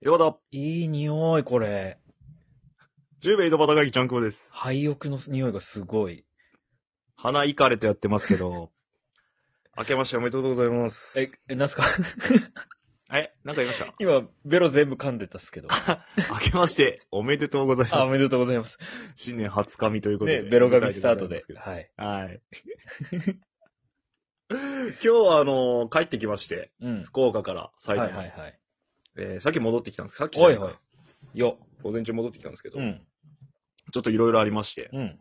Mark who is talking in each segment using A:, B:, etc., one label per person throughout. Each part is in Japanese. A: ようだ
B: いい匂い、これ。
A: 十兵衛井戸端会議ちゃんこです。
B: 廃屋の匂いがすごい。
A: 鼻いかれてやってますけど。明けましておめでとうございます。
B: え、え、なんすか
A: え、なんか言いました
B: 今、ベロ全部噛んでたっすけど。
A: 明けましておめでとうござい
B: あ、お
A: ます。
B: めでとうございます。
A: 新年初神ということで。
B: ね、ベロ髪スタートで。はい。
A: はい。 今日はあの帰ってきまして、
B: うん。
A: 福岡から
B: は
A: 埼
B: い
A: 玉
B: はい。はい。
A: えーさっき戻ってきたんです。さっきじゃ
B: お
A: ないいか
B: おい。よ。
A: 午前中戻ってきたんですけど、
B: うん。
A: ちょっといろいろありまして、
B: うん。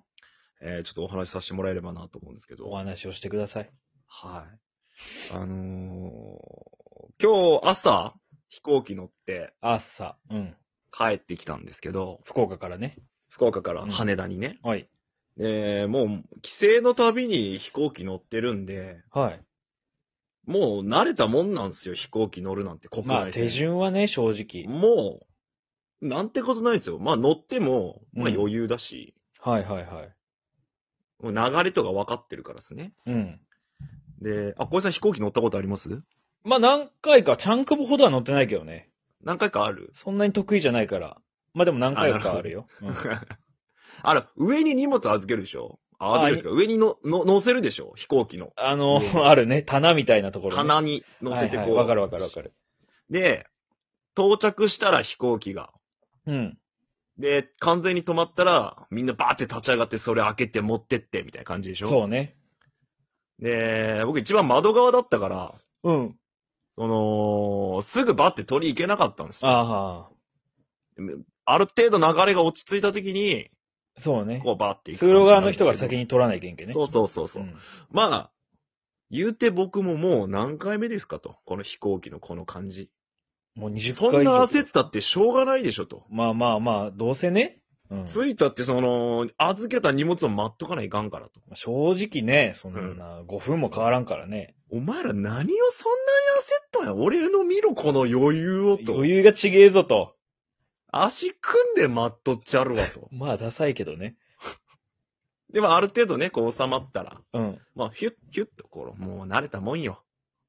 A: えーちょっとお話しさせてもらえればなと思うんですけど。
B: お話をしてください。
A: はい。あのー今日朝、飛行機乗って
B: 朝。うん。
A: 帰ってきたんですけど、
B: 福岡からね。
A: 福岡から羽田にね。
B: はい。
A: で、もう、帰省のたびに飛行機乗ってるんで、
B: はい。
A: もう慣れたもんなんですよ、飛行機乗るなんて国
B: まあ、
A: 内線。
B: 手順はね、正直。
A: もう、なんてことないですよ。まあ乗っても、まあ
B: うん
A: 余裕だし、
B: はいはいはい。
A: もう流れとか分かってるからですね。
B: うん。
A: で、あ、小林さん飛行機乗ったことあります
B: まあ、何回か、チャンクボほどは乗ってないけどね。
A: 何回かある
B: そんなに得意じゃないから。まあでも何回かあるよ。うん
A: あら、上に荷物預けるでしょあ預けるっていうか、上にのの乗せるでしょ飛行機の。
B: あ
A: う
B: の、
A: ん
B: あるね、棚みたいなところ、ね。
A: 棚に乗せて
B: はい
A: こ
B: は
A: う。
B: いわ、かるわかるわかる。
A: で、到着したら飛行機が。
B: うん。
A: で、完全に止まったら、みんなバーって立ち上がって、それ開けて持ってって、みたいな感じでしょ
B: そうね。
A: で、僕一番窓側だったから、
B: うん。
A: その、すぐバーって取り行けなかったんですよ。
B: あ
A: ある程度流れが落ち着いた時に、
B: あ、そうね。
A: こうバーって行く
B: 通路側の人が先
A: に。
B: に取らないといけんけね。
A: そうそうそうそうう。
B: ん
A: まあ、言うて僕ももう何回目ですかと。この飛行機のこの感じ。
B: もう20回
A: そんな焦ったってしょうがないでしょと。
B: まあまあまあ、どうせね。うん。
A: 着いたってその、預けた荷物を待っとかないかんからと。
B: 正直ね、そんな5分も変わらんからね。
A: お前ら何をそんなに焦ったんや俺の見ろこの余裕をと
B: 余。裕がちげえぞと。。
A: 足組んで待っとっちゃるわと
B: まあ、ダサいけどね。
A: でもある程度ね、こう収まったら、
B: うん。
A: まあヒュッヒュッとこう、もう慣れたもんよ。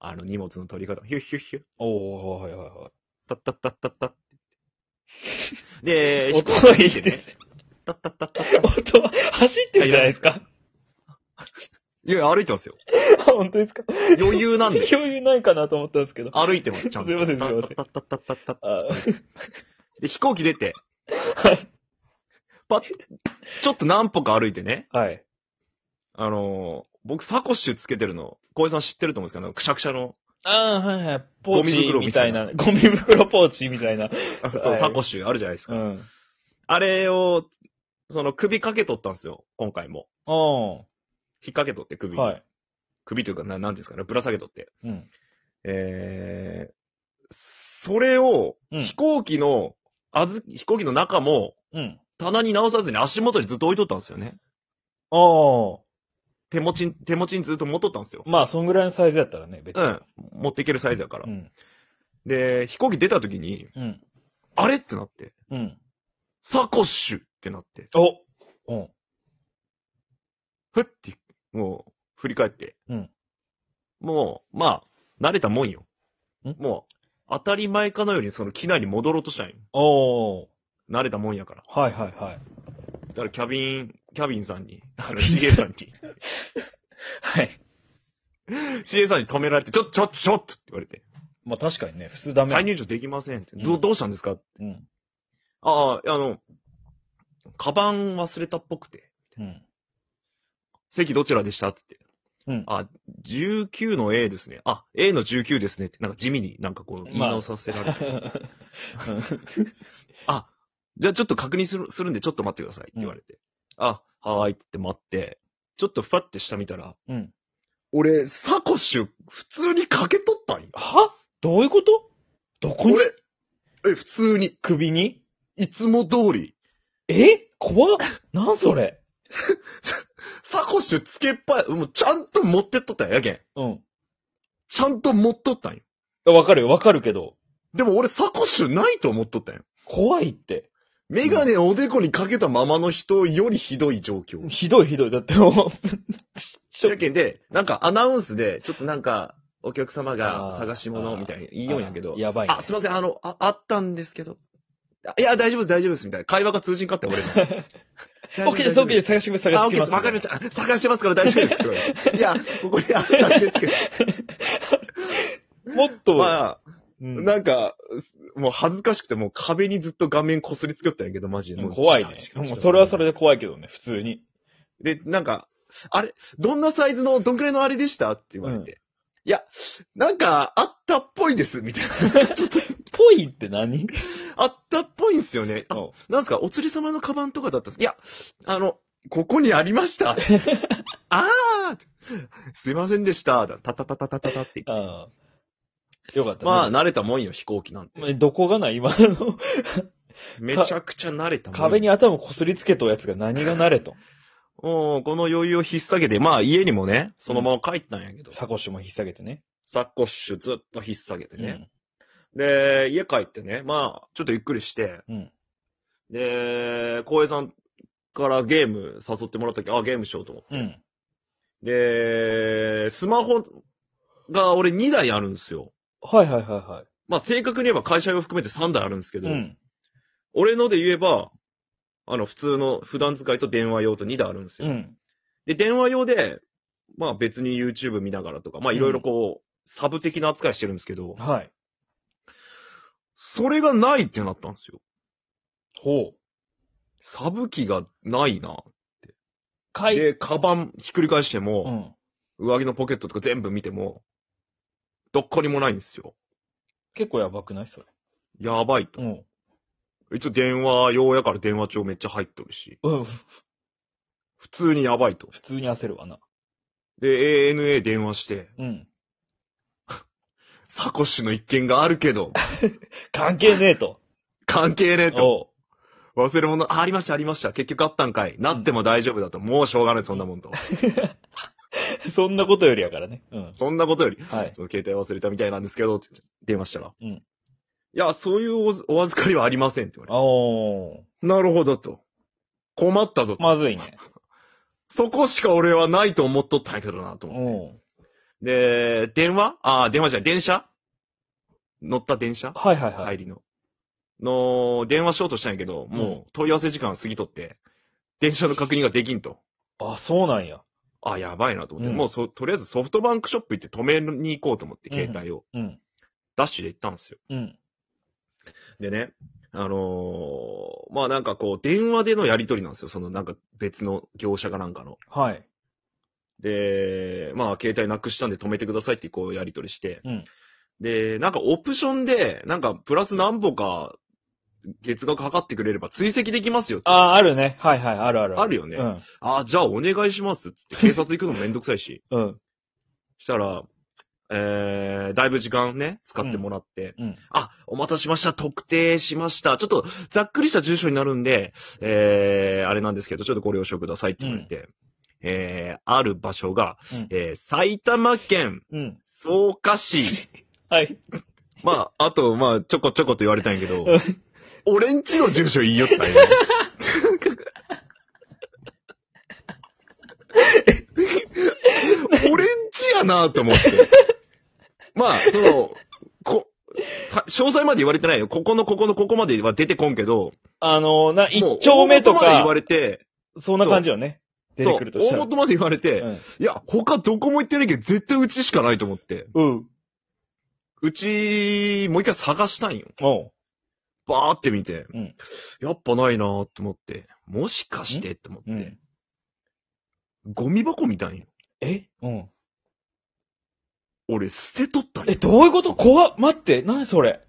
A: あの荷物の取り方。ヒュッヒュッヒュッ。
B: おー、はいはいは
A: タッタッタッタッタッって。で、
B: い。
A: 飛
B: 音
A: 行
B: は
A: 機
B: い
A: っ
B: い
A: て
B: で
A: ね。
B: す。
A: タッタッタッタッ。
B: 音は、走ってるじゃないですか。
A: いや、歩いてますよ。
B: 本当ですか
A: 余裕なんで。
B: 余裕ないかなと思ったんですけど。
A: 歩いてます、ちゃんと。
B: すいませんすいません
A: タッタッタッタッタッタッ
B: あー
A: で、飛行機出て、
B: はい。
A: パッ、ちょっと何歩か歩いてね。
B: はい。
A: あのー僕、サコッシュつけてるの、小江さん知ってると思うんですけどあの、くしゃくしゃの、
B: ああ、はいはい。ポー
A: ゴミ
B: チ
A: 袋
B: み
A: み
B: た
A: た
B: い
A: い
B: な
A: な。
B: ゴミ袋ポーチみたいな。
A: あそう
B: はい
A: サコッシュあるじゃないですか。
B: うん。
A: あれを、その首かけとったんですよ、今回も。引
B: お
A: っ掛けとって首
B: ー
A: に。
B: はい。
A: 首というか、ななんていうんですかね、ぶら下げとって。
B: うん。
A: えー、それを、
B: うん
A: 飛行機の、あず、飛行機の中も、
B: うん。
A: 棚に直さずに足元にずっと置いとったんですよね。
B: おー
A: 手持ちに、手持ちにずっと持っとったんですよ。
B: まあ、そんぐらいのサイズやったらね、別
A: う
B: に。
A: ん。持っていけるサイズやから。
B: うん。
A: で、飛行機出た時に、
B: うん。
A: あれってなって、
B: うん。
A: サコッシュってなって。
B: おうん。
A: ふって、もう、振り返って。
B: うん
A: もう、まあ、慣れたもんよ。
B: ん
A: もう、当たり前かのようにその機内に戻ろうとしたんよ。
B: おー
A: 慣れたもんやから。
B: はいはいはい。
A: だからキャビン、キャビンさんに、あの、CA さんに、
B: はい。
A: CA さんに止められて、ちょ、ちょ、ちょっとって言われて、
B: まあ、確かにね、普通ダメ。
A: 再入場できませんって。
B: う
A: ど、
B: ん
A: どうしたんですか
B: うん。
A: ああ、あの、カバン忘れたっぽくて、
B: うん。
A: 席どちらでしたって
B: う
A: 言っ
B: ん
A: て。あ、19の A ですね。あ、A の19ですねって、なんか地味になんかこう、言い直させ られて。あ、じゃあちょっと確認するするんでちょっと待ってくださいって言われて。あ、はーいって言って待って、ちょっとふわって下見たら、
B: うん。
A: 俺、サコッシュ普通にかけとったんよ。
B: はどういうことどこに
A: 俺、え、普通に、
B: 首に
A: いつも通り、
B: え怖っ。なんそれ
A: サコッシュつけっぱい、もうちゃんと持ってっとったんや、やけん。
B: うん。
A: ちゃんと持っとったんよ。
B: わかるよ、わかるけど。
A: でも俺サコッシュないと思っとったんよ。
B: 怖いって。
A: メガネおでこにかけたままの人よりひどい状況。
B: ひどいひどい。だってもう、ちょ
A: やけんで、なんかアナウンスで、ちょっとなんか、お客様が探し
B: あ
A: 物
B: ー
A: みたいに言いようんやけど
B: あ、やばい、ね。
A: あ、すいません、あの、あ、あったんですけど。あいや、大丈夫です、大丈夫です、みたいな。会話が通じんかったよ、 俺ら。。
B: オッケーです、オッケーですす、探してください。
A: あ、オッ
B: 探
A: ケー
B: し
A: です。
B: てく
A: わ
B: ださ
A: か
B: い
A: りました。探してますから大丈夫ですこれ。いや、ここにあったんです け
B: もっと、
A: ど。まあ、
B: うん
A: なんか、もう恥ずかしくて、もう壁にずっと画面こすりつけよったんやけど、マジで。
B: も
A: も
B: う
A: う
B: 怖いね。もうそれはそれで怖いけどね、普通に。
A: で、なんか、あれ、どんなサイズの、どんくらいのあれでしたって言われて。いや、なんか、あったっぽいです、みたいな。
B: ぽいって何
A: あったっぽいんすよね。あ
B: うん
A: なんですか、お釣り様のカバンとかだったんですいや、あの、ここにありま した。ああすいませんでした。だたたたたたたたって。
B: ああ。よかったね。
A: まあ、慣れたもんよ、飛行機なんて。
B: まあどこがない今の、
A: めちゃくちゃ慣れたもんよ。
B: 壁に頭こすりつけたやつが何が慣れと。
A: うん、この余裕を引っ提げて、まあ、家にもね、そのまま帰ったんやけど、
B: サコッシュも引っ提げてね。
A: サッコッシュずっと引っ提げてね。で、家帰ってね、まあ、ちょっとゆっくりして、
B: うん。うん。
A: で、浩平さんからゲーム誘ってもらった時、あ、ゲームしようと思って。
B: うん。
A: で、スマホが俺2台あるんですよ。
B: はいはいはいは
A: まあ正確に言えば会社用含めて3台あるんですけ
B: い。
A: ど、
B: うん。
A: 俺ので言えば、あの普通の普段使いと電話用と2台あるんです
B: う
A: よ。
B: ん。
A: で、電話用で、まあ別に YouTube 見ながらとか、まあいろいろこう、サブ的な扱いしてるんですけど、
B: はい。
A: それがないってなったんですよ。
B: ほう。
A: サブ機がないな。
B: かい。
A: で、カバンひっくり返して
B: う
A: も、
B: ん。
A: 上着のポケットとか全部見ても、どっこにもないんですよ。
B: 結構やばくないそれ。
A: やばいと。
B: うん。
A: 一応電話用やから電話帳めっちゃ入っとるし、
B: うん。
A: 普通にやばいと。
B: 普通に焦るわな。
A: で、ANA 電話して、
B: うん。
A: サコッシュの一件があるけど、
B: 関係ねえと。
A: 関係ねえと。
B: おう。
A: 忘れ物、あありました、ありました。結局あったんかい。なっても大丈夫だと。もうしょうがない、そんなもんと。
B: そんなことよりやからね。うん。
A: そんなことより、
B: はい。
A: 携帯忘れたみたいなんですけど、って電話したら。
B: うん
A: いや、そういうおお預かりはありませんって言われ
B: おー。
A: て。なるほどと。困ったぞと。
B: まず いね。
A: そこしか俺はないと思っとったんやけどな、と思って。
B: うん。
A: で、電話ああ、電話じゃない、電車乗った電車
B: はいはいはい。
A: 帰りの。の、電話しようとしたんやけど、もう問い合わせ時間過ぎとって、電車の確認ができんと。
B: あ、そうなんや。
A: あ、やばいなと思って、
B: うん
A: もうそ、とりあえずソフトバンクショップ行って止めに行こうと思って、
B: うん
A: 携帯を。
B: うん。
A: ダッシュで行ったんですよ。
B: うん。
A: でね、あのーまあ、なんかこう、電話でのやりとりなんですよ。そのなんか別の業者かなんかの。
B: はい。
A: で、まあ、携帯なくしたんで止めてくださいってこうやりとりして。
B: うん。
A: で、なんかオプションで、なんかプラス何歩か月額測ってくれれば追跡できますよって。
B: あ、あるね。はいはい、あるある。
A: あるよね
B: うん。
A: ああ、じゃあお願いしますっつって、警察行くのもめんどくさいし。
B: うん。
A: したら、えー、だいぶ時間ね、使ってもらって、
B: うん。
A: あ、お待たせしました、特定しました。ちょっと、ざっくりした住所になるんで、えー、あれなんですけど、ちょっとご了承くださいって言われて、えー、ある場所が、
B: うん
A: えー、埼玉県
B: うん。
A: 草加市。
B: はい。
A: まあ、あと、まあ、ちょこちょこと言われたんやけ ど
B: うん、
A: 俺んちの住所言いよ ったんよ。俺んちやなと思って。まあ、その、こ、さ詳細まで言われてないよ。ここの、ここの、ここまでは出てこんけど。
B: あのな、
A: もう
B: 一丁目と
A: 大元まで言
B: か
A: わ、れて、
B: そんな感じよね。出て
A: そう
B: くる、とした
A: 大
B: ら。
A: 元まで言われて、
B: うん
A: いや、他どこも行ってないけど、絶対うちしかないと思って。
B: うん。
A: うち、もう一回探したんよ。
B: おう。
A: バーって見て、
B: うん
A: やっぱないなーって思って、もしかしてって思って、
B: うん。
A: ゴミ箱みたいよ。
B: えうん。
A: 俺捨てとったんよ
B: え、どういうこと怖っ。待って、何それ。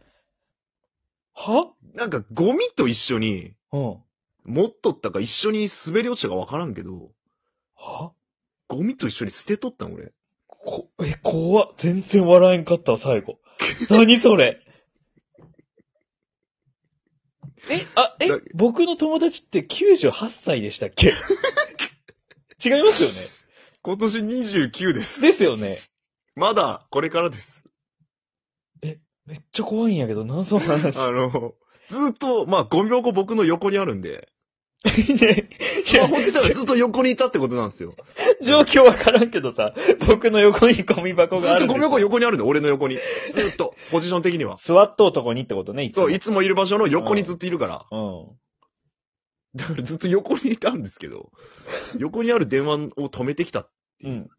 B: は
A: なんかゴミと一緒に、
B: うん。
A: 持っとったか一緒に滑り落ちたかわからんけど、
B: は
A: ゴミと一緒に捨てとったん俺。
B: こ、え、怖っ。全然笑えんかったわ、最後。 何それ。え、あ、え
A: だ、
B: 僕の友達って98歳でしたっ け違いますよね。
A: 今年29です。
B: ですよね。
A: まだ、これからです。
B: めっちゃ怖いんやけど、何その話。
A: あの、ずっと、まあゴミ箱僕の横にあるんで、
B: ねい
A: スマ
B: や
A: ホ自体はずっと横にいたってことなんですよ。
B: 状況わからんけどさ、僕の横にゴミ箱
A: ず
B: があ
A: っと
B: るんで
A: ゴ
B: す
A: ミ箱横にあるんで、俺の横に。ずっと、ポジション的には。
B: 座っとうとこにってことね、いつも
A: そう、いつもいる場所の横にずっといるから。
B: うん。
A: だからずっと横にいたんですけど、横にある電話を止めてきた。
B: うん。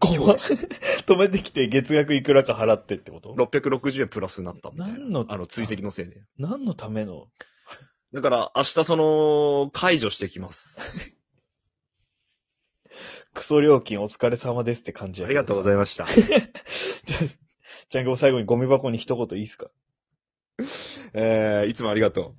B: 怖っ止めてきて月額いくらか払ってってこと
A: 660円プラスになったみたい
B: 何の
A: な。あの、追跡のせいで。
B: 何のための
A: だから、明日その、解除してき ます。
B: クソ料金お疲れ様ですって感じ
A: あ
B: や
A: りがとうご
B: い
A: ざいました。
B: ます。 じゃあ、最後にゴミ箱に一言いいっすか
A: えー、いつもありがと